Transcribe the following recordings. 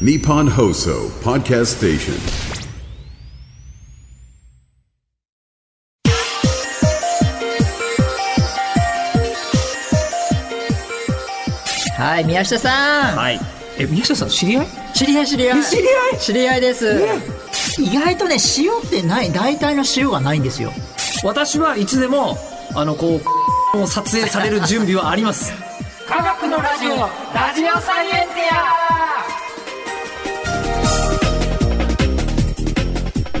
Nippon Hoso Podcast Station. はい、宮下さん。はい。え、宮下さん、知り合い知り合い知り合い。知り合い知り合いです。意外とね、塩ってない、大体の塩がないんですよ。私はいつでも、あの、こう、 を撮影される準備はあります。科学のラジオラジオサイエンテ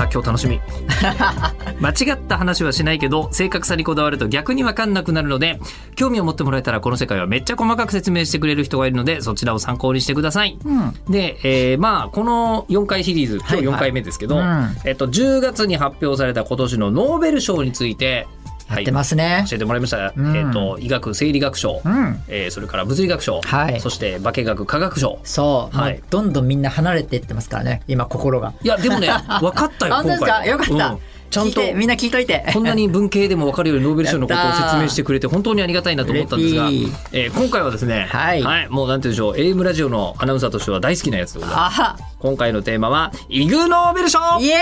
あ、今日楽し み。間違った話はしないけど、正確さにこだわると逆にわかんなくなるので、興味を持ってもらえたらこの世界はめっちゃ細かく説明してくれる人がいるので、そちらを参考にしてください。で、えーまあ、この4回シリーズ、今日はいはい4回目ですけど、うんえっと、10月に発表された今年のノーベル賞について、はやってますね。教えてもらいました、んえっと医学生理学賞、んえーそれから物理学賞、はいそして化学化学賞そう、ははいい、どんどんみんな離れていってますからね、今心が。い やでもね分かったよあ、今本当で回すかよかった、うんちゃんと聞いてみんな聞いといて。こんなに文系でも分かるようにノーベル賞のことをやったー説明してくれて本当にありがたいなと思ったんですが嬉しい、えー今回はですね、はいもうなんて言うんでしょう AM ラジオのアナウンサーとしては大好きなやつでございますあは今回のテーマはイグ・ノーベル賞イエ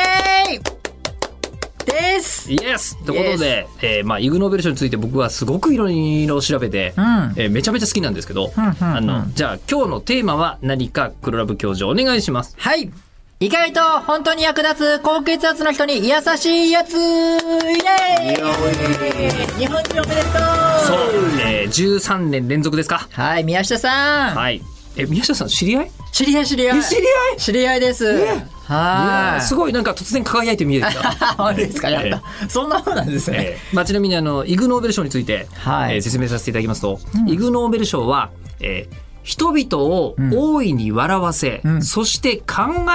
ーイですイエスということで、えーまあ、イグ・ノーベル賞について僕はすごくいろいろ調べて、んえーめちゃめちゃ好きなんですけんど、うんあのじゃあ今日のテーマは何か黒ラブ教授お願いします。はい意外と本当に役立つ高血圧の人に優しいやつイエーイ日本人おめでとうそう、えー、13年連続ですか。はい、宮下さん。はい。え宮下さん知り合い？知り合い知り合い。知り合い知り合いです。はーい。すごいなんか突然輝いて見えてきた。 あ、本当ですか、やった。そんなもんなんですね。えーまあ、ちなみにあのイグ・ノーベル賞について、はいえー説明させていただきますと、イグ・ノーベル賞は、えー人々を大いに笑わせ、んそして考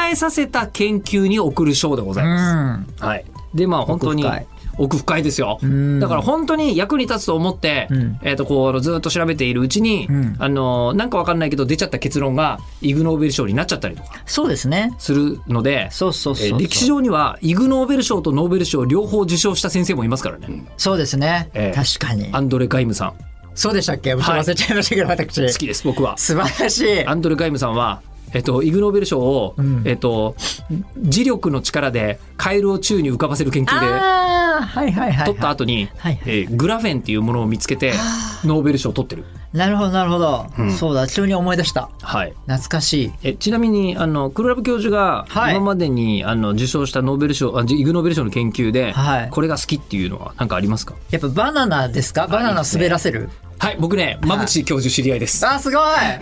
えさせた研究に贈る賞でございます。はい、でまあ本当に奥深い奥深いですよんだから本当に役に立つと思って、んえー、とこうずっと調べているうちに、んあのなんかわかんないけど出ちゃった結論がイグ・ノーベル賞になっちゃったりとかそうですね。するのでそうそうそうそうえー歴史上にはイグ・ノーベル賞とノーベル賞両方受賞した先生もいますからね。そうですね。ええ確かにア。ンドレ・ガイムさんそうでしたっけ僕忘れちゃいましたけど、私。好きです僕は素晴らしい。アンドレ・ガイムさんはえっと、イグ・ノーベル賞を、えっと、磁力の力でカエルを宙に浮かばせる研究でああ、はいはいはい、はい。取った後に、はいはいえーグラフェンっていうものを見つけてノーベル賞を取ってる、なるほどなるほど、そうだ、急に思い出した。はい、懐かしい。えちなみにあのクラブ教授がはい今までに、あの受賞したノーベル賞あイグ・ノーベル賞の研究で、はいこれが好きっていうのは何かありますかやっぱバナナですかバナナ滑らせる。はい僕ね馬淵教授知り合いです、あー、す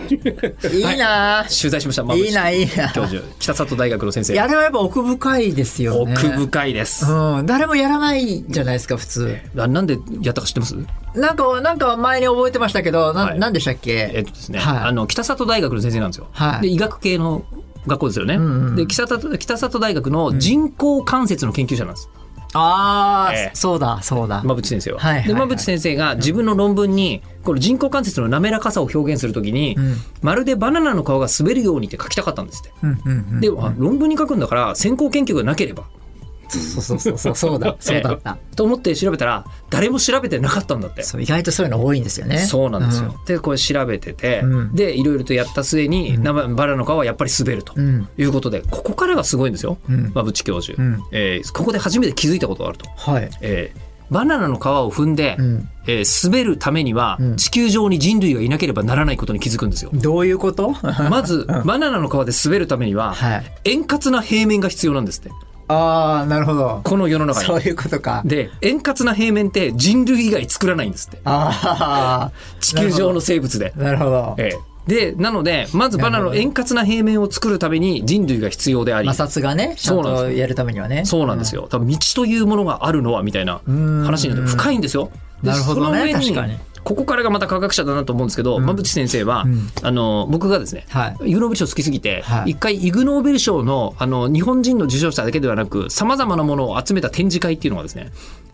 ごいいい なー、取材しました馬い、淵いないいな教授北里大学の先い生や、でもやっぱ奥深いですよね。奥深いです、うん、誰もやらないじゃないですか、普通。あなんでやったか知ってますなんか、なんか前に覚えてましたけど、な、はいなんでしたっえけっとですね、はいあの北里大学の先生なんですよ、はいで医学系の学校ですよね、で北里北里大学の人工関節の研究者なんです、ああ、ええそうだ、そうだ。馬淵先生は。はいはいで馬淵先生が自分の論文にこの人工関節の滑らかさを表現するときに、まるでバナナの皮が滑るようにって書きたかったんですって、うんうんうん。であ論文に書くんだから先行研究がなければそうそうそうそう、そう だ、そうだった。と思って調べたら誰も調べてなかったんだってそう、意外とそういうの多いんですよね。そうなんですよ。でこれ調べてて、うんでいろいろとやった末に、生バラの皮はやっぱり滑るとんいうことで、ここからがすごいんですよ、ん馬淵教授、うんえーここで初めて気づいたことがあると。うん。はい。えーバナナの皮を踏んで、んえー滑るためにはん地球上に人類がいなければならないことに気づくんですよ。どういうことまず、バナナの皮で滑るためには、はい円滑な平面が必要なんですって。ああ、なるほど。この世の中そうに。いうことか。で、円滑な平面って人類以外作らないんですって。ああ、地球上の生物で。なるほど。ええ、でなのでまずバナナの円滑な平面を作るために人類が必要であり摩擦がね、ちゃんそうなんとでやるためにはね。そうなんですよ多分道というものがあるのはみたいな話になって深いんですよ。でなるほどねその上確にかにここからがまた科学者だなと思うんですけど、馬淵先生は、あの僕がですね、はイグノーベル賞好きすぎて、はい一回イグノーベル賞のあの日本人の受賞者だけではなくさまざまなものを集めた展示会っていうのがですね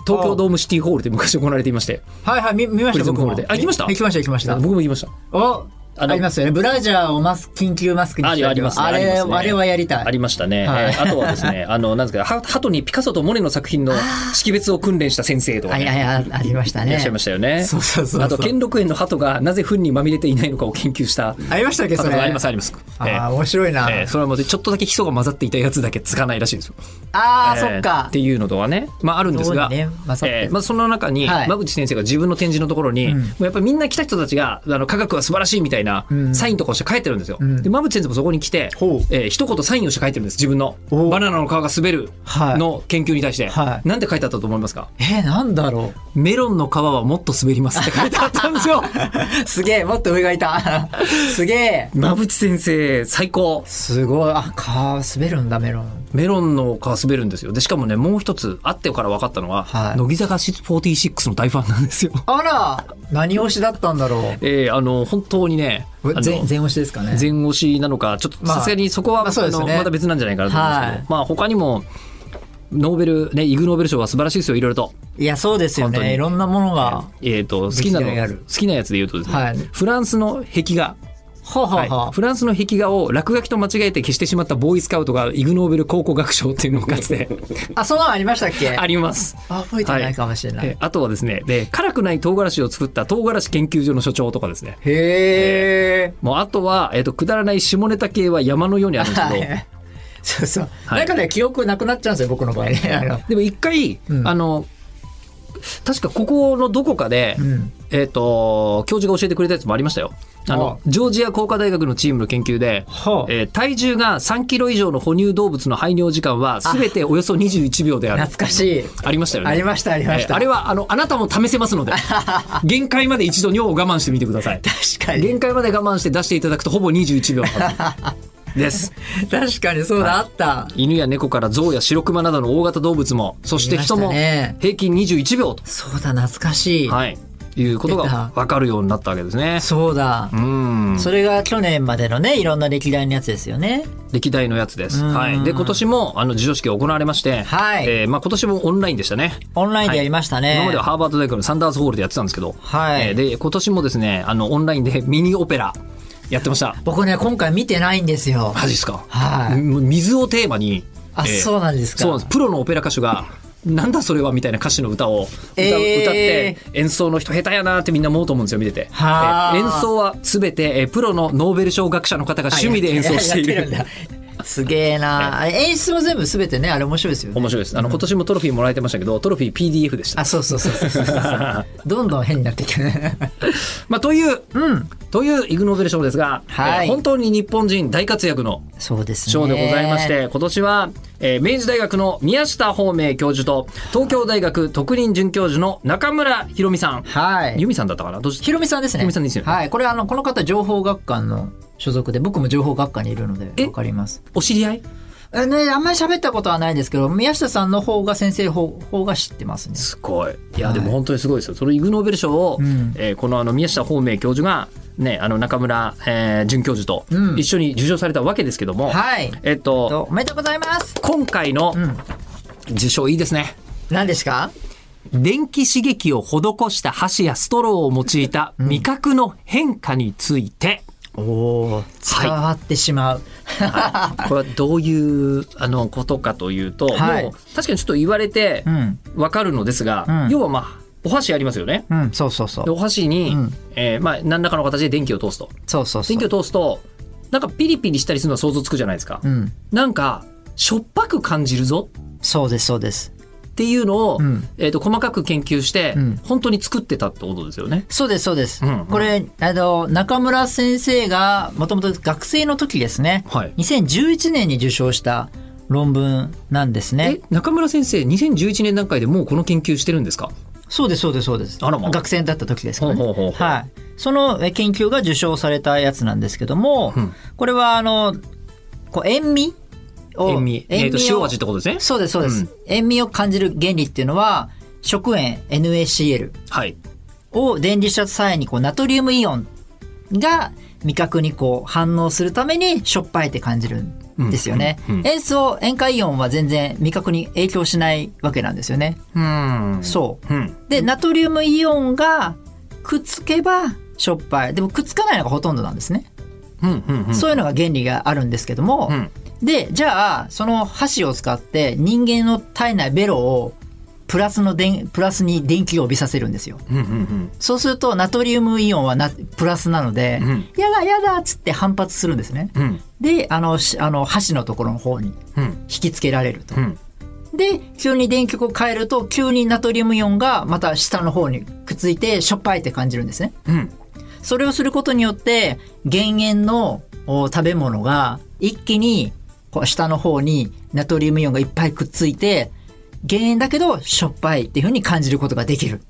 東京ドームシティホールで昔行われていましてはいはい、見見まプしリた、ズム僕ホーもル。であ行きました行きました、行きました。僕も行きましたおああのりますよね。ブラジャーをマス緊急マスクにあしたりとりかあありますねりまれ、すねあれはやりたい。ありましたね、はいえーあとはですねあのなんですかは鳩にピカソとモネの作品の識別を訓練した先生とかあね、いやいやありましたね。いらっしゃいましたよね。そうそうそうそうあと、兼六園の鳩がなぜ糞にまみれていないのかを研究した。ありましたっけそれ鳩があります、あります。えあえあ、面白いな。ええそれはもうちょっとだけヒ素が混ざっていたやつだけつかないらしいんですよ。ああ、ええそっかって。いうのとはね、まああるんですどうが、にねまあそうええまあその中に、はい馬淵先生が自分の展示のところに、もうやっぱりみんな来た人たちが、あの、科学は素晴らしいみたいな、サインとかをして書いてるんですよ。で、馬淵先生もそこに来て、ほうええ一言サインをして書いてるんです、自分の。おバナナの皮が滑るはいの研究に対して。はいなんて書いてあったと思いますかえー、なんだろう。メロンの皮はもっと滑りますって書いてあった んですよ。すげえ、もっと上がいた。 すげえ。馬淵先生、最高。すごい。あ、か、滑るんだ、メロン。メロンの皮滑るんですよ。で、しかもね、もう一つ、あってから分かったのは、はい乃木坂46の大ファンなんですよ。あら、何推しだったんだろえー、あの、本当にね、あう。の全、全推しですかね。全押しなのか、ちょっとまあさすがにそこは、まあそうですねのまた別なんじゃないかなと思うんですけど、はいまあ他にも、ノーベル、ね、イグノーベル賞は素晴らしいですよ、いろいろと。いや、そうですよ本当にね。いろんなものが。えっ、と、好きなの、歴史がある好きなやつで言うとですね、はいフランスの壁画。はあはあははい、フランスの壁画を落書きと間違えて消してしまったボーイスカウトがイグノーベル考古学賞っていうのをか つてあ、そんなのありましたっけあります。あ覚えてないかもしれない。えあとはですね、で、辛くない唐辛子を作った唐辛子研究所の所長とかですね。へえ。もうあとは、えっ、と、くだらない下ネタ系は山のようにあるんですけど、はい そうそう。いなんかね、記憶なくなっちゃうんですよ、僕の場合ね。あのでも一回、んあの、確かここのどこかで、んえっ、と、教授が教えてくれたやつもありましたよ。あの、ジョージア工科大学のチームの研究で、はあえー体重が3キロ以上の哺乳動物の排尿時間は全ておよそ21秒である。懐かしい。ありましたよね。ありました、ありましえーた。あれは、あの、あなたも試せま すので、限界まで一度尿を我慢してみてください。確かに。限界まで我慢して出していただくとほぼ21秒 です。確かにそうだ、あった。犬や猫から象や白熊などの大型動物も、そして人もありましたね平均21秒と、そうだ、懐かしい。はい、いうこと出がた分かるようになったわけですね。そうだ。うん、それが去年までのね、いろんな歴代のやつですよね。歴代のやつです。うんはい、で今年もあの授賞式が行われまして、はいえーまあ、今年もオンラインでしたね。オンラインでやりましたね。今まではハーバード大学のサンダースホールでやってたんですけど、はいえーで今年もですねあのオンラインで ミニオペラやってました。僕ね、今回見てないんですよ。マジですか、はいもう水をテーマに、あそうなんですかそうなんですプロのオペラ歌手がなんだそれはみたいな歌詞の歌を歌,、えー歌って演奏の人下手やなってみんな思うと思うんですよ見てて、はーえー演奏は全て、えープロのノーベル賞学者の方が趣味で演奏していやっるてんだ。すげえなあれ演出も全部すべてね、あれ面白いですよね。面白いですあの今年もトロフィーもらえてましたけどトロフィー PDF でしたあ、そうそうそうそうそうそう。 どんどん変になっていくね。まあ、という、というイグノーベル賞ですが、はいえー本当に日本人大活躍のそうですね。賞でございまし。て、今年は、えー明治大学の宮下芳明教授と東京大学特任准教授の中村博美さん、は由い。美さんだったかなどうしひろみさんですね。ひろみさんですよねはい。これ、あの、この方、情報学館の所属で、僕も情報学科にいるので、わかります。お知り合いえね、あんまり喋ったことはないですけど、宮下さんの方が先生方方が知ってますね。すごいいやはいでも本当にすごいですよそのイグ・ノーベル賞を、んえーこのあの宮下芳明教授が、ね、あの中村、えー准教授とうん一緒に受賞されたわけですけども、はい。えっえっととおめでとうございます。今回のん受賞いいですね。何ですか電気刺激を施した箸やストローを用いた味覚の変化について、おお伝わってしまう。これはどういうあのことかというと、はいもう確かにちょっと言われて うんわかるのですが、うん要はまあお箸ありますよね。うん、そうそうそでう。お箸に、うんえーまあ、何らかの形で電気を通すと。そうそうそ電気う。を通すとなんかピリピリしたりするのは想像つくじゃないですか。うん、なんかしょっぱく感じるぞそうですそうです。っていうのを、んえー、と細かく研究して、うん本当に作ってたってことですよね。そうですそうです。うんうんこれあの中村先生がもともと学生の時ですね。はい2011年に受賞した論文なんですねえ。中村先生2011年段階でもうこの研究してるんですかそうですそうですそうです。あらま学生だった時ですからね。ほうほうほうほうはい。そのえ研究が受賞されたやつなんですけども、うんこれはあのこう塩味を塩味、えー、とを塩味ってことですね。そうですそうです、うん塩味を感じる原理っていうのは食塩 NaCl はい。を電離した際にこうナトリウムイオンが味覚にこう反応するためにしょっぱいって感じるんですよね。塩素塩化イオンは全然味覚に影響しないわけなんですよね。うん。そうう。ん。でナトリウムイオンがくっつけばしょっぱいでもくっつかないのがほとんどなんですね。うん。うん。そういうのが原理があるんですけども、んでじゃあその箸を使って人間の体内ベロをプラスの電プラスに電気を帯びさせるんですよ。うん。うん。うん。そうするとナトリウムイオンはなプラスなので、んやだやだっつって反発するんですね。うん。であのしあの箸のところの方にうん。引きつけられると。うん。で急に電極を変えると急にナトリウムイオンがまた下の方にくっついてしょっぱいって感じるんですね。うん。それをすることによって減塩のお食べ物が一気にこう下の方にナトリウムイオンがいっぱいくっついて減塩だけどしょっぱいっていうふうに感じることができる。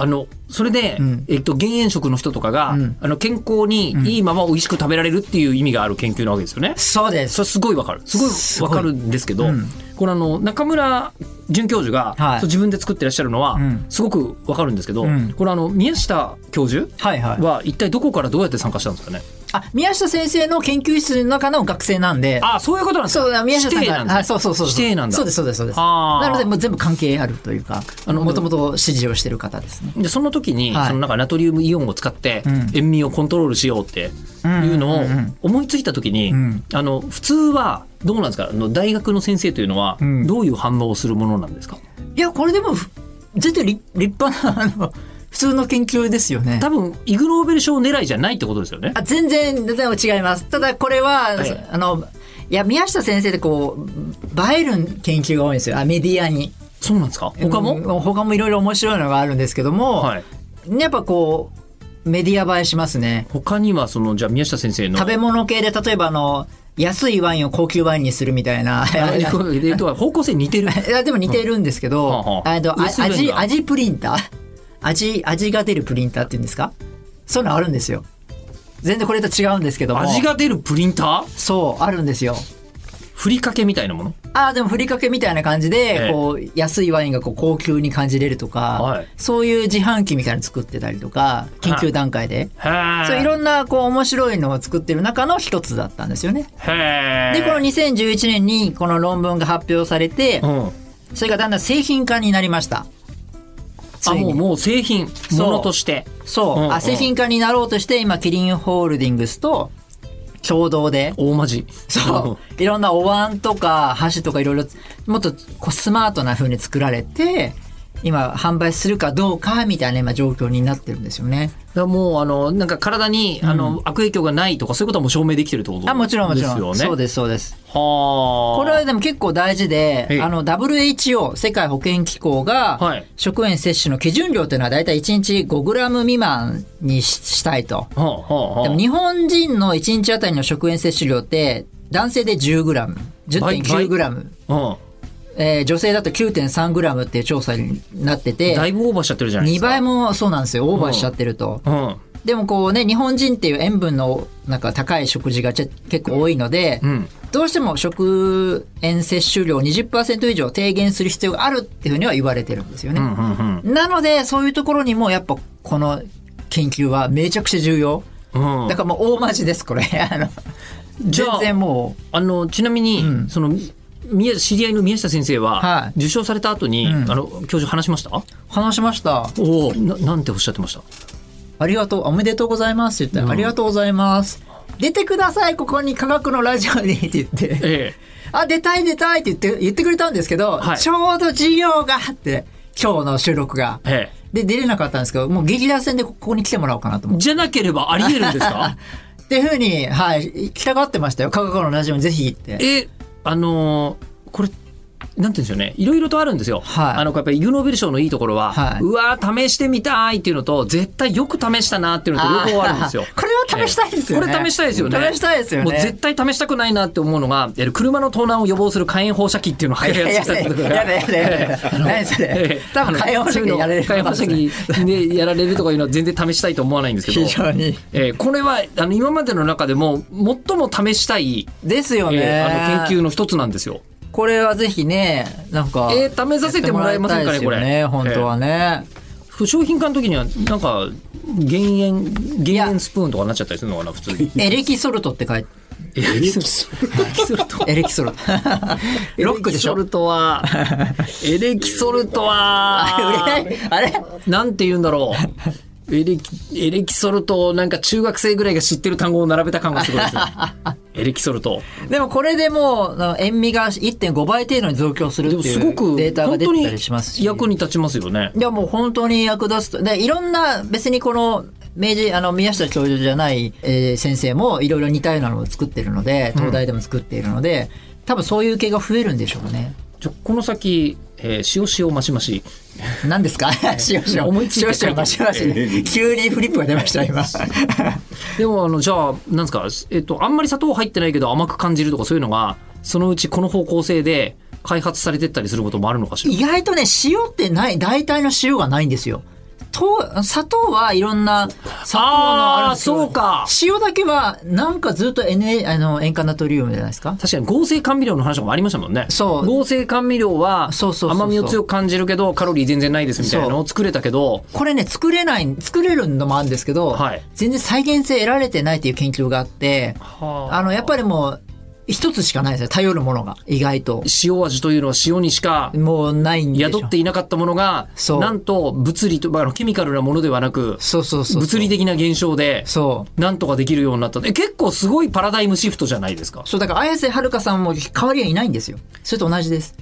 あの、それで、んえっと、減塩食の人とかが、うんあの、健康にいいまま美味しく食べられるっていう意味がある研究なわけですよね。そうでそす。れすごいわかる。すすごごいいわかるんですけど、うんこれあの、中村准教授が、はいそう自分で作ってらっしゃるのは、うんすごくわかるんですけど、うんこれあの、宮下教授はいはい。は一体どこからどうやって参加したんですかね。あ、宮下先生の研究室の中の学生なんで。ああ、そういうことなんですかそうだ、宮下さん指定がなん。だあそうそうそうそう。指定なんだそうです、そうです、そうです。あーなので、もう全部関係あるというか、あの、もともと支持をしてる方ですね。でその時に、はいそのなんかナトリウムイオンを使ってん塩味をコントロールしようっていうのをうんうんうん思いついた時に、んあの普通はどうなんですかあの大学の先生というのはんどういう反応をするものなんですか、いや、これでも、ふ全然立立派な、あの、普通の研究ですよね。多分イグ・ノーベル賞狙いじゃないってことですよね。あ全然全然違いますただこれは、いあのいや宮下先生ってこう映える研究が多いんですよあメディアにそうなんですか他も、うん他もいろいろ面白いのがあるんですけども、はい、やっぱこうメディア映えしますね他にはそのじゃあ宮下先生の食べ物系で例えばあの安いワインを高級ワインにするみたいなあえっとえっと方向性似てる いやでも似てるんですけはど、あはあえっとあ安いワイン味が味プリンター味味が出るプリンターっていうんですかそういうのあるんですよ全然これと違うんですけども 味が出るプリンターそうあるんですよふりかけみたいなものああでもふりかけみたいな感じえで、えこう安いワインがこう高級に感じれるとか、はいそういう自販機みたいなの作ってたりとか研究段階で、へそういえろんなこう面白いのを作ってる中の一つだったんですよね。へでこのえ2011年にこの論文が発表されて、うんそれがだんだん製品化になりました。つあいもうにもう製品うものとしてそう、うんうんあ製品化になろうとして今キリンホールディングスと共同で大まじそう。いろんなお椀とか箸とかいろいろ、もっとこうスマートな風に作られて、今販売するかどうかみたいな今状況になってるんですよね。だからもうあのなんか体にあの、悪影響がないとかそういうことはもう証明できてるってことあ、もちろんもちろん。ですよね。そうす。ですそうです。はあ。ここれはでも結構大事ええで、あの WHO、世界保健機構がはい、食塩摂取の基準量というのはだいたい1日5グラム未満にししたいと。はあはあはあでも日本人の1日あたりの食塩摂取量って、男性で10グラム、10.9グラム。えー女性だと 9.3g っていう調査になってうん。て、だいぶオーバーしちゃってるじゃないで2すか。倍もそうなんですよ、オーバーしちゃってると。うん。でもこうね、日本人っていう塩分のなんか高い食事がち結構多いので、んどうしても食塩摂取量20%以上低減する必要があるっていうふうには言われてるんですよね。なので、そういうところにもやっぱこの研究はめちゃくちゃ重要。うんだからもう大マジです、これ。 あのじゃあ全然もう。あのちなみに、その宮知り合いの宮下先生は、はい受賞された後に、あの教授話しました。話しました。おお。ななんておっしゃってました。ありがとう、おめでとうございますって言って、ありがとうございます。出てください、ここに科学のラジオにって言って、えあ、出たい出たいって言って、言ってくれたんですけど、はいちょうど授業があって、今日の収録が。ええで、出れなかったんですけど、もう劇団戦でここに来てもらおうかなと思え。って。じゃなければあり得るんですか。っていうふうに、はい、来たがってましたよ。科学のラジオにぜひ行って。えあのーこれなんて言うんでしょうねいろいろとあるんですよ、はいあのやっぱりイグ・ノーベル賞のいいところは、はいうわー試してみたいっていうのと絶対よく試したなっていうのと両方あるんですよあーこれは試したいですよねええこれ試したいですよね試したいですよねもう絶対試したくないなって思うのがえ車の盗難を予防する火炎放射器っていうのを開や発やしただりとかやだやだやだ。何それ。 多分会話式やれる火炎放射器でやられるとかいうのは全然試したいと思わないんですけど 非常に。えーこれはあの今までの中でも最も試したい、ですよえね。ーあの研究の一つなんですよ。これはぜひね、なんか。えー試させてもらえませんかねやってもらいたいですよこれね、本当はね。不商品化の時にはなんか減塩減塩スプーンとかなっちゃったりするのかな普通 にエレキソルトって書いて、エレキソルトエレキソルトエレキソルト。ロックでしょエレキソルト はエレキソルトあ はれあ れなんて言うんだろうエレキエレキソルトをなんか中学生ぐらいが知ってる単語を並べた感がすごいで すよエレキソルトでもこれでもう、あの塩味が1.5倍程度に増強するっでてもいすごくうデータが本出当てにたりしますし。役に立ちますよねいやもう本当に役立つと。で、いろんな、別にこの、明治、あの、宮下教授じゃない、えー先生もいろいろ似たようなのを作ってるので、東大でも作っているので、多分そういう系が増えるんでしょうね。じゃこの先、えー、塩塩マシマシ何ですか 塩塩。思いついて書いて塩る塩マシマ シ。急にフリップが出ました、今。でもあのじゃあなんですかえっとあんまり砂糖入ってないけど甘く感じるとかそういうのがそのうちこの方向性で開発されてったりすることもあるのかしら意外とね、塩ってない、大体の塩がないんですよ。と砂糖はいろんな砂糖のあるんですけどあーそうか塩だけはなんかずっと NA あの塩化ナトリウムじゃないですか確かに合成甘味料の話とかもありましたもんねそう合成甘味料はそうそうそうそう甘みを強く感じるけどカロリー全然ないですみたいなのを作れたけどこれね作れない作れるのもあるんですけど、はい全然再現性得られてないっていう研究があってはああのやっぱりもう一つしかないですよ頼るものが意外と塩味というのは塩にしかもうないんでしょ宿っていなかったものがそうなんと物理とまああのケミカルなものではなくそうそうそうそう物理的な現象でそうなんとかできるようになったえ結構すごいパラダイムシフトじゃないですかそうだから綾瀬はるかさんも代わりはいないんですよそれと同じです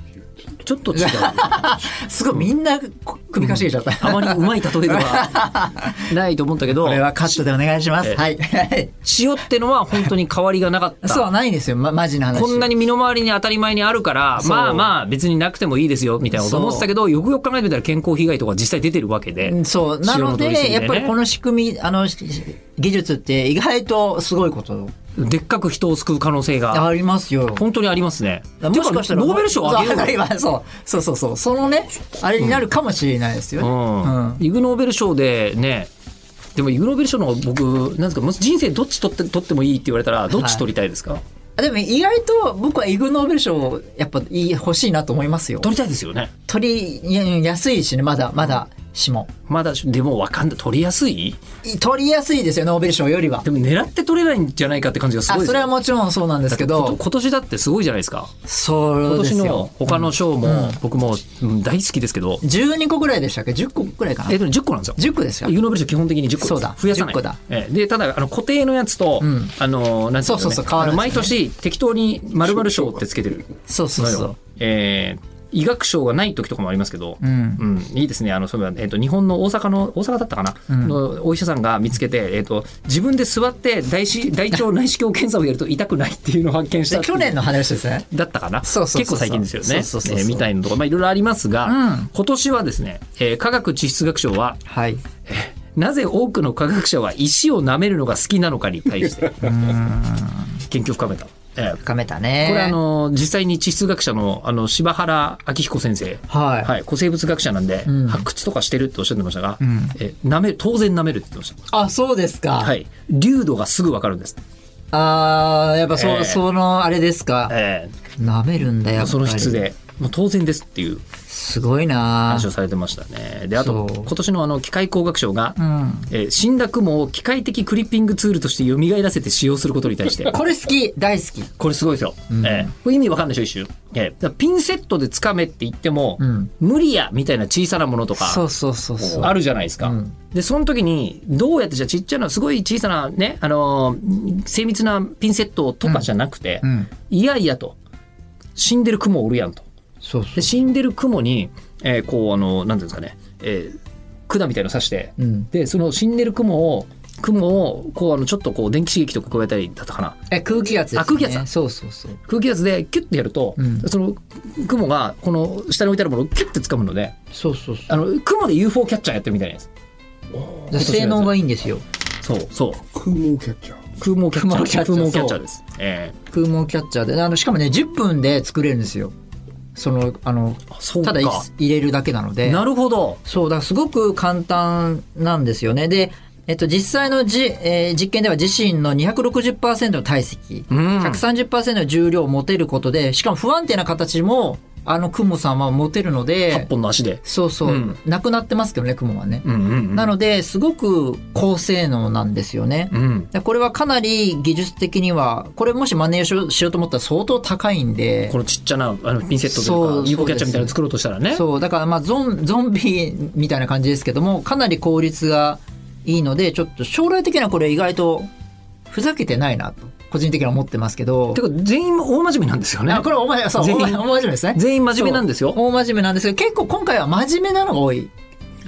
ちょっと 違うすごいみんなこ首かしげちゃった、あまりうまい例えではないと思ったけどこれはカットでお願いします。はい。 塩ってのは本当に変わりがなかっ たそう、ないんですよ。ま、マジな話。こんなに身の回りに当たり前にあるから、うまあまあ別になくてもいいですよ、みたいなこと思ってたけど、よくよく考えてみたら健康被害とか実際出てるわけで。そう。なので、塩取りすぎやねっぱりこの仕組み、あの、し技術って意外とすごいことでっかく人を救う可能性が、ありますよ。本当にありますね。もしかしたらてかノーベル賞あげそうる今そうそうそうそうそのねあれになるかもしれないですよね、うんイグノーベル賞でね、でもイグノーベル賞の方が僕、なんですか、もし人生どっち取って取ってもいいって言われたら、どっち取りたいですか、あでも意外と僕はイグ・ノーベル賞やっぱいい欲しいなと思いますよ取りたいですよね。取りや安いしねまだまだしもまだ、でもわかんない。取りやすいい取りやすいですよノーベル賞よりはでも狙って取れないんじゃないかって感じがすごいあですそれはよ。もちろんそうなんですけことど今年だってすごいじゃないですか。そ今うで年すのよ他の賞も僕もうん大好きですけど、 12個ぐらいでしたっけ10個ぐらいかなえっとね10個なんですよ。 10個ですかユーノーベル賞基本的に10個ですそうだ増やさない。 10個だええで、ただ、あの、固定のやつと、あの、なんていうんですかそうねそうそう変わるやつねあの毎年適当に〇〇賞ってつけてる。そうそうそうえー医学賞がない時とかもありますけど、んうんいいですね。あの、そうだ、えっ、と、日本の大阪の、大阪だったかな、のお医者さんが見つけて、えっ、と、自分で座って大し 大腸内視鏡検査をやると痛くないっていうのを発見したでって去いう年の話ですねだったかなそうそうそうそう結構最近ですよねそうそうそうそうえーみたいなとか、まあ、いろいろありますが、うん今年はですね、えー科学地質学賞ははいなぜ多くの科学者は石を舐めるのが好きなのかに対して研究を深めた。えー深めたねこれあの実際に地質学者のあの柴原明彦先生、はい古生物学者なんで、ん発掘とかしてるっておっしゃってましたが、えー舐める当然舐めるって言ってましあそうですか、た、はい、流度がすぐ分かるんです、あーやっぱそ,、ええそのあれですかえなめるんだよーその質でもう当然ですっていうすごいな話をされてましたね。であとそう今年のあの機械工学賞が、んえー死んだ雲を機械的クリッピングツールとして蘇らせて使用することに対して これ好き大好きこれすごいですよ、えーこれ意味わかんないでしょ一瞬、えーだからピンセットでつかめって言っても、ん無理やみたいな小さなものとかそうそうそうそうあるじゃないですか。でその時にどうやってじゃあちっちゃなすごい小さなね、あのー精密なピンセットとかじゃなくて、うんいやいやと死んでる雲おるやんと。そうそでう死んでる雲に、えーこうあのなんていうんですかね、えー管みたいの刺して、うんでその死んでる雲を雲をこうあのちょっとこう電気刺激とか加えたりだったかなえ空気圧です、ね、あ空気圧だそうそうそう空気圧でキュッてやると、んその雲がこの下に置いてあるものをキュッて掴むのでそうそうそあの雲で UFO キャッチャーやってるみたいなやつうで性能がいいんですよそうそう空網キャッチャー空網キャッチャー空網キャッチャー空網キャッチャーです、え空網キャッチャーであのしかもね10分で作れるんですよそのあのーそうかただい入れるだけなのでなるほどそうだからすごく簡単なんですよねでえっと、実際のじ、えー実験では自身の260%の体積、ん130%の重量を持てることで、しかも不安定な形もあのクモさんはモテるの8で本の足で。そうそう、うんなくなってますけどねクモはね、うんうんうん。なのですごく高性能なんですよね、うん。これはかなり技術的にはこれもし真似をしようしようと思ったら相当高いんでこのちっちゃなあのピンセットそうといそううですか、有効キャッチャーみたいなの作ろうとしたらね。そうだからまあゾンゾンビみたいな感じですけどもかなり効率がいいのでちょっと将来的にはこれ意外とふざけてないなと個人的には思ってますけどてか、全員大真面目なんですよねあ。これお前そう全員お前お前真面目ですね全員真面目なんですよ。大真面目なんですけど結構今回は真面目なのが多い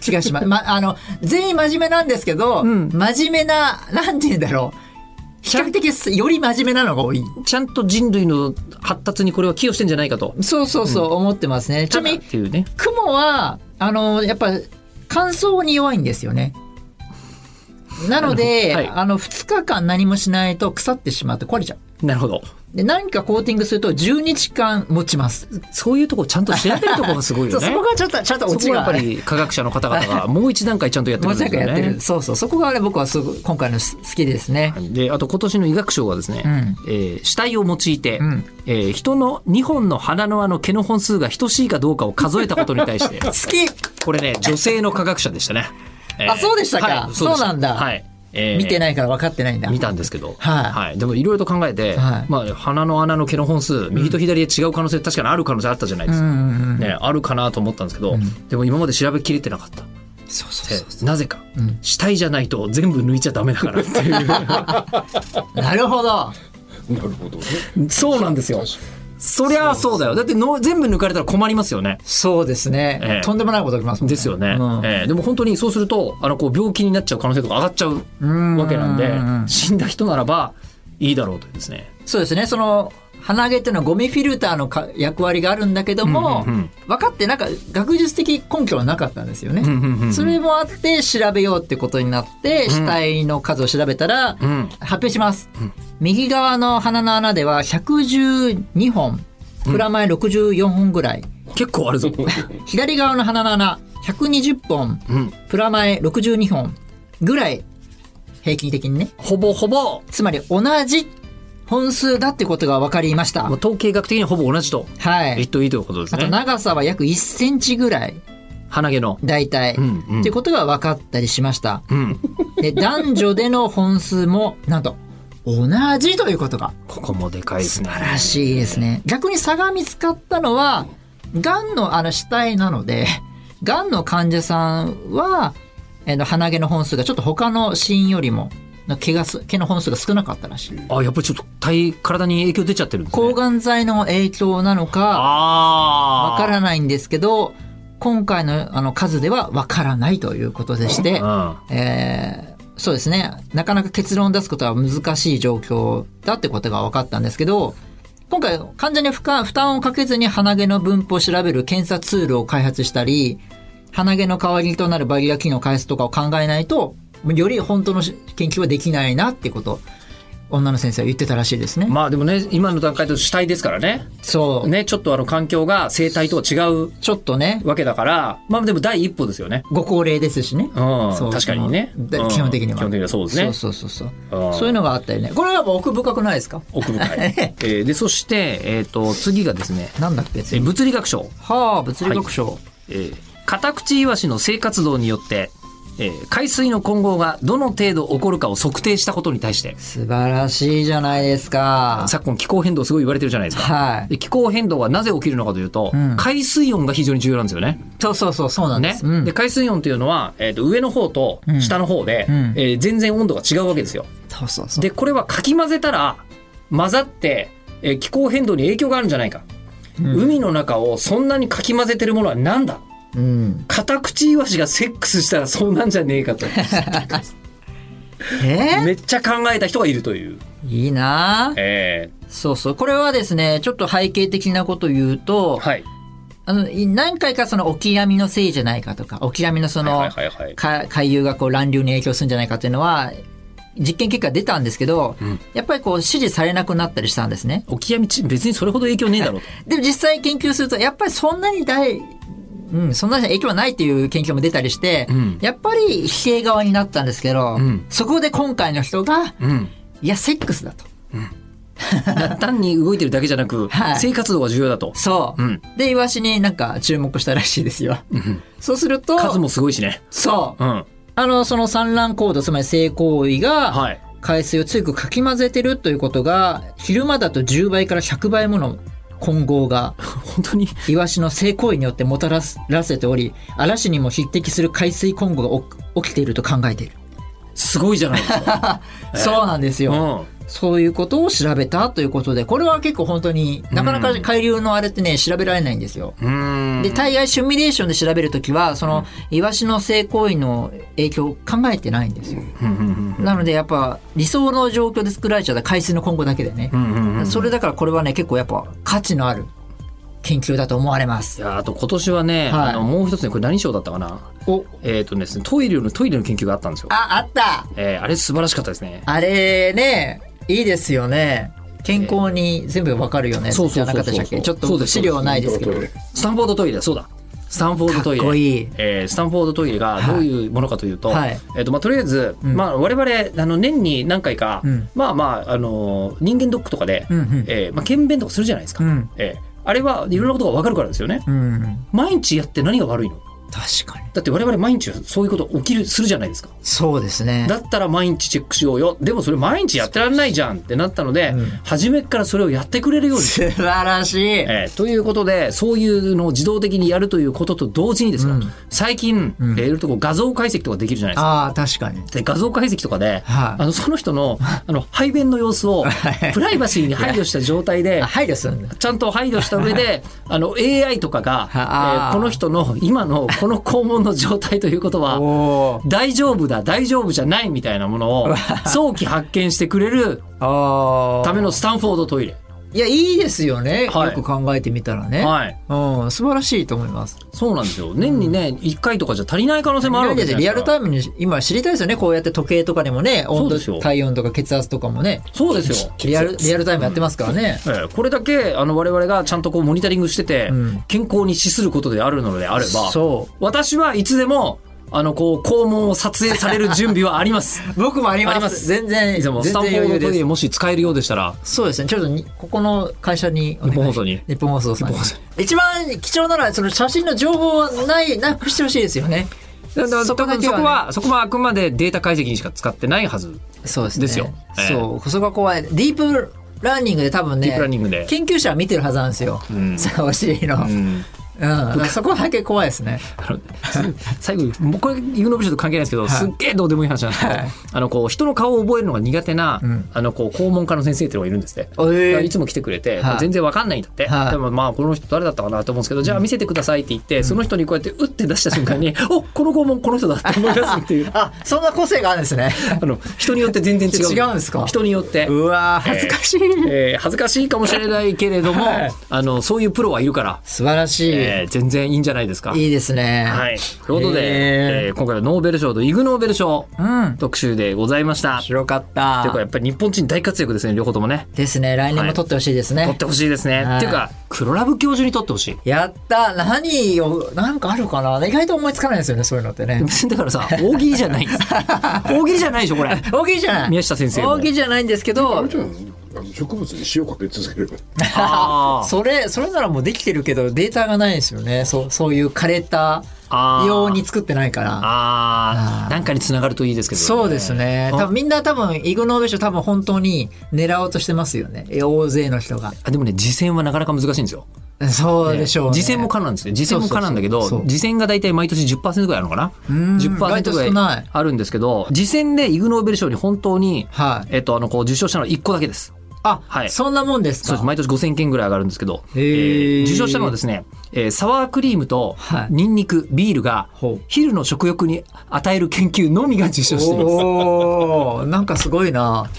気がし ます、ま、あの全員真面目なんですけど、うん真面目ななんて言うんだろう比較的すより真面目なのが多いちゃんと人類の発達にこれは寄与してんじゃないかと。そうそうそう思ってますね、ちなみにっていうね。雲はあのやっぱ乾燥に弱いんですよねなので、なるほどはいあの2日間何もしないと腐ってしまって壊れちゃうなるほど。で何かコーティングすると10日間持ちます、そういうとこちゃんと調べるとこがすごいそようそねこ。がちょっとちょっと 落そこちはがやっぱり科学者の方々が もう一段階ちゃんとやってもるうんですよね。やってる。そうそう。そこがね、僕はすごく今回のす好きですね。であと今年の医学賞はですね、えー死体を用いて、んえー人の2本の鼻のあの毛の本数が等しいかどうかを数えたことに 対して好きこれね女性の科学者でしたね、えあそうでしたかでそうなんだはい、えー見てないから分かってないんだ。見たんですけど、はいでもいろいろと考えて、はいまあ、鼻の穴の毛の本数右と左で違う可能性、確かにある可能性あったじゃないですか、ね、あるかなと思ったんですけど、でも今まで調べきれてなかった。そうそうでそなぜか、死体じゃないと全部抜いちゃダメだからっていうう。なるほど。なるほど ね。そうなんですよ。そりゃそうだよ。だっての全部抜かれたら困りますよね。そうですね、ええとんでもないことが起きますもんねですよね。うんええでも本当にそうすると、あの、こう、病気になっちゃう可能性とか上がっちゃうわけなんで、死んだ人ならば、いいだろうというですね。そうですね。その、鼻毛っていうのはゴミフィルターのか役割があるんだけども、うんうんうん分かってなんか学術的根拠はなかったんですよね。それもあって調べようってことになって死体の数を調べたら、ん発表します、右側の鼻の穴では112本プラマイ64本ぐらい、結構あるぞ。左側の鼻の穴120本、んプラマイ62本ぐらい平均的にねほぼほぼ、つまり同じ本数だってことが分かりました。まあ統計学的にほぼ同じとはい言っ。といいということですあとね。長さは約1センチぐらい、鼻毛の。大体。んうんっていうことが分かったりしました。うん。で、男女での本数も、なんと、同じということが。ここもでかいですね。らしいですね。逆に差が見つかったのは、がんのあの死体なので、がんの患者さんは、えーの鼻毛の本数がちょっと他の死因よりも、の毛がす毛の本数が少なかったらしい。あ、やっぱりちょっと体、体に影響出ちゃってるんですね。抗がん剤の影響なのか、あわあ。からないんですけど、今回のあの数ではわからないということでして、えーそうですね、なかなか結論を出すことは難しい状況だってことが分かったんですけど、今回患者に負荷負担をかけずに鼻毛の分布を調べる検査ツールを開発したり、鼻毛の代わりとなるバリア機能開発とかを考えないと、より本当の研究はできないなってこと、女の先生は言ってたらしいですね。うん。まあでもね、今の段階だと死体ですからね。そう。ね、ちょっとあの環境が生態とは違うちょっとね、わけだから、まあでも第一歩ですよね。ご高齢ですしね。うんそう確かにねそのでうん基本的には。基本的にはそうですねそうそうそううそんう。そういうのがあったよね。これは奥深くないですか奥深 い。えーで、そして、えっ、と、次がですね、なんだっけえ別ーに。物理学賞。はあ、物理学賞。えーカタクチイワシの生活動によって、えー海水の混合がどの程度起こるかを測定したことに対して、素晴らしいじゃないですか。昨今気候変動すごい言われてるじゃないですか。はい。で気候変動がなぜ起きるのかというと、ん海水温が非常に重要なんですよね。そうそうそう、そうなんでねす。うんで海水温というのは、えー、と上の方と下の方で、んえー全然温度が違うわけですよ。そうそうそう。でこれはかき混ぜたら混ざって、えー気候変動に影響があるんじゃないか、海の中をそんなにかき混ぜてるものは何だうん。カタクチイワシがセックスしたらそうなんじゃねえか とえめっちゃ考えた人がいるという、ー、いいなあえそうそう。これはですね、ちょっと背景的なことを言うと、ーはいあの、い何回かそのオキアミのせいじゃないかとか、オキアミのその、はいはいはいはいか海流がこう乱流に影響するんじゃないかっていうのは、実験結果出たんですけど、やっぱりこう支持されなくなったりしたんですね。オキアミチ別にそれほど影響ねえだろうでも実際研究すると、やっぱりそんなに大、うん、そんなに影響はないっていう研究も出たりして、んやっぱり否定側になったんですけど、んそこで今回の人が、と、うんいや、セックスだと。単に動いてるだけじゃなく、はい生活動が重要だと。そう、うんでイワシになんか注目したらしいですよんそうすると数もすごいしね。そううん。あのその産卵行動つまり性行為が、はい。海水を強くかき混ぜてるということが昼間だと10倍から100倍もの混合が 本当に。イワシの性行為によってもたらせており嵐にも匹敵する海水混合が起起きていると考えている、すごいじゃないですか。そうなんですうよ、ん。そういうことを調べたということでこれは結構本当になかなか海流のあれってね調べられないんですよ、うん。で大概シミュレーションで調べるときはそのイワシの性行為の影響を考えてないんですよ、なのでやっぱ理想の状況で作られちゃった海水の混合だけでね、うんうんうん。それだからこれはね結構やっぱ価値のある研究だと思われまいす。やあと今年ははね、いあのもう一つねこれ何賞だったかなおえっ、とですねトイレのトイレの研究があったんですよ。ああったえーあれ素晴らしかったですね。あれねいいですよね健康に全部わかるよね、そうじそゃうなそかうったでそしたうっけちょっそうとです資料ないですけどスタンフォードトイレそうだ。スタンフォードトイレ。かっこいいえースタンフォードトイレがどういうものかというと、はいえっ、とまあとりあえず、まあ我々あの年に何回か、うんまあまああのー人間ドックとかで、うんうんえーまあ検便とかするじゃないですか。うんえーあれはいろんなことがわかるからですよね。うん毎日やって何が悪いの？確かにだって我々毎日そういうこと起きるするじゃないですか。そうですねだったら毎日チェックしようよでもそれ毎日やってられないじゃんってなったので、うん初めからそれをやってくれるよ うに、素晴らしい、えーということでそういうのを自動的にやるということと同時にですうよ、ん最近、えーいろいろとこう画像解析とかできるじゃないですか。ああ確かにで画像解析とかで、はいあのその人のあの排便の様子をプライバシーに配慮した状態であ配慮するんだちゃんと配慮した上であの AI とかが、えあーーこの人の今のこの肛門の状態ということはお大丈夫だ大丈夫じゃないみたいなも のを早期発見してくれるあためのスタンフォードトイレ。いやいいですよね、はいよく考えてみたらね、はい、うん素晴らしいと思いますそうなんですよ年にね、一1回とかじゃ足りない可能性もあるわけじゃなリいでアすルかタイムに今知りたいですよねこうやって時計とかでもね温そうですよ度体温とか血圧とかもねそうですよ、リアルリアルタイムやってますからね、ええこれだけあの我々がちゃんとこうモニタリングしてて、ん健康に資することであるのであればそう私はいつでもあのこう肛門を撮影される準備はあります 僕もありますあります全然いつ全も然スタンフォ余ー裕ドトイでレすもし使えるようでしたらそうですねちょっとにここの会社にお願い日本放送に日本放送さんに一番貴重なのはその写真の情報をないなくしてほしいですよねそそここだけそはねこはそこはあくまでデータ解析にしか使ってないはずそうですねですよええそうそこが怖いディープラーニングで多分ねディープラーニングで研究者は見てるはずなんですよ、そのお尻の、うんだからそこだけ怖いですねあの最後にもうこれユーノビショと関係ないですけど、すっげえどうでもいい話なんですけど、あのこう人の顔を覚えるのが苦手な、あのこう肛門科の先生っていうのがいるんですって、えーだからいつも来てくれて、はい全然わかんないんだって、はいでもまあこの人誰だったかなと思うんですけど、じゃあ見せてくださいって言って、その人にこうやって打って出した瞬 間に「おこの肛門この人だ」って思い出すっていうあそんな個性があるんです ねあの人によって全然違う違うんですか人によって。うわー恥ずかしい、えー恥ずかしいかもしれないけれども、あのそういうプロはいるから、素晴らしい、えー全然いいんじゃないですか。いいですねはい。ということで、へーえー今回はノーベル賞とイグ・ノーベル賞うん特集でございました。という白かったか、やっぱり日本人大活躍ですね、両方ともね。ですね来年も取ってほしいですね、取ってほしいですね。はいっていうか、黒ラブ教授に取ってほしい。やった何をなんかあるかな意外と思いつかないですよねそういうのって ね別にだから さ、大喜利じゃないんです。大喜利じゃないでしょ、これ。大喜利じゃない宮下先生も大喜利じゃないんですけあどれじゃないのあの植物に塩かけ続ければあーそれそれならもうできてるけどデータがないですよねそうそういう枯れたあー用に作ってないからあー、なんかにつながるといいですけど、そうです。ね多分みんな多分イグ・ノーベル賞多分本当に狙おうとしてますよねえ大勢の人があでもね、次戦はなかなか難しいんですよ。そうでしょうね次戦も可なんですね。次戦も可なんだけそうそうどそ、う次戦が大体毎年10%ぐらいあるのかな意外 ?10% とぐ少らないいあるんですけど、次戦でイグ・ノーベル賞に本当に、はいえっと、あの、こう、受賞したのは1個だけです。あ、はいそんなもんですそうですか毎年5000件ぐらい上がるんですけど、へーえー受賞したのはですね、えーサワークリームとはいニンニク、ビールがほう昼の食欲に与える研究のみが受賞しています。おーなんかすごいな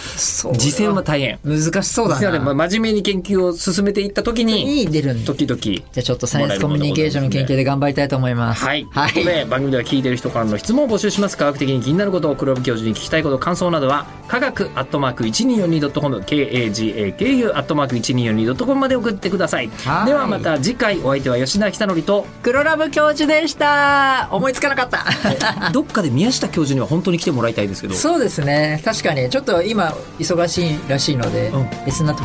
そう次戦は大変。難しそうだなので、まなあ真面目に研究を進めていった時に、いい出るんだ時々。じゃあちょっとサイエンスコミュニケーションの研究で頑張りたいと思います。はい。はということい。で、番組では聞いてる人からの質問を募集します。科学的に気になることを黒部教授に聞きたいこと、感想などは、科学アットマーク 1242.com、KAGAKU アットマーク 1242.com まで送ってください。はいではまた次回、お相手は吉田久典と、黒ラブ教授でした。思いつかなかった。どっかで宮下教授には本当に来てもらいたいですけど。そうですね。確かに。ちょっと今、が忙しいらしいので、うん別な時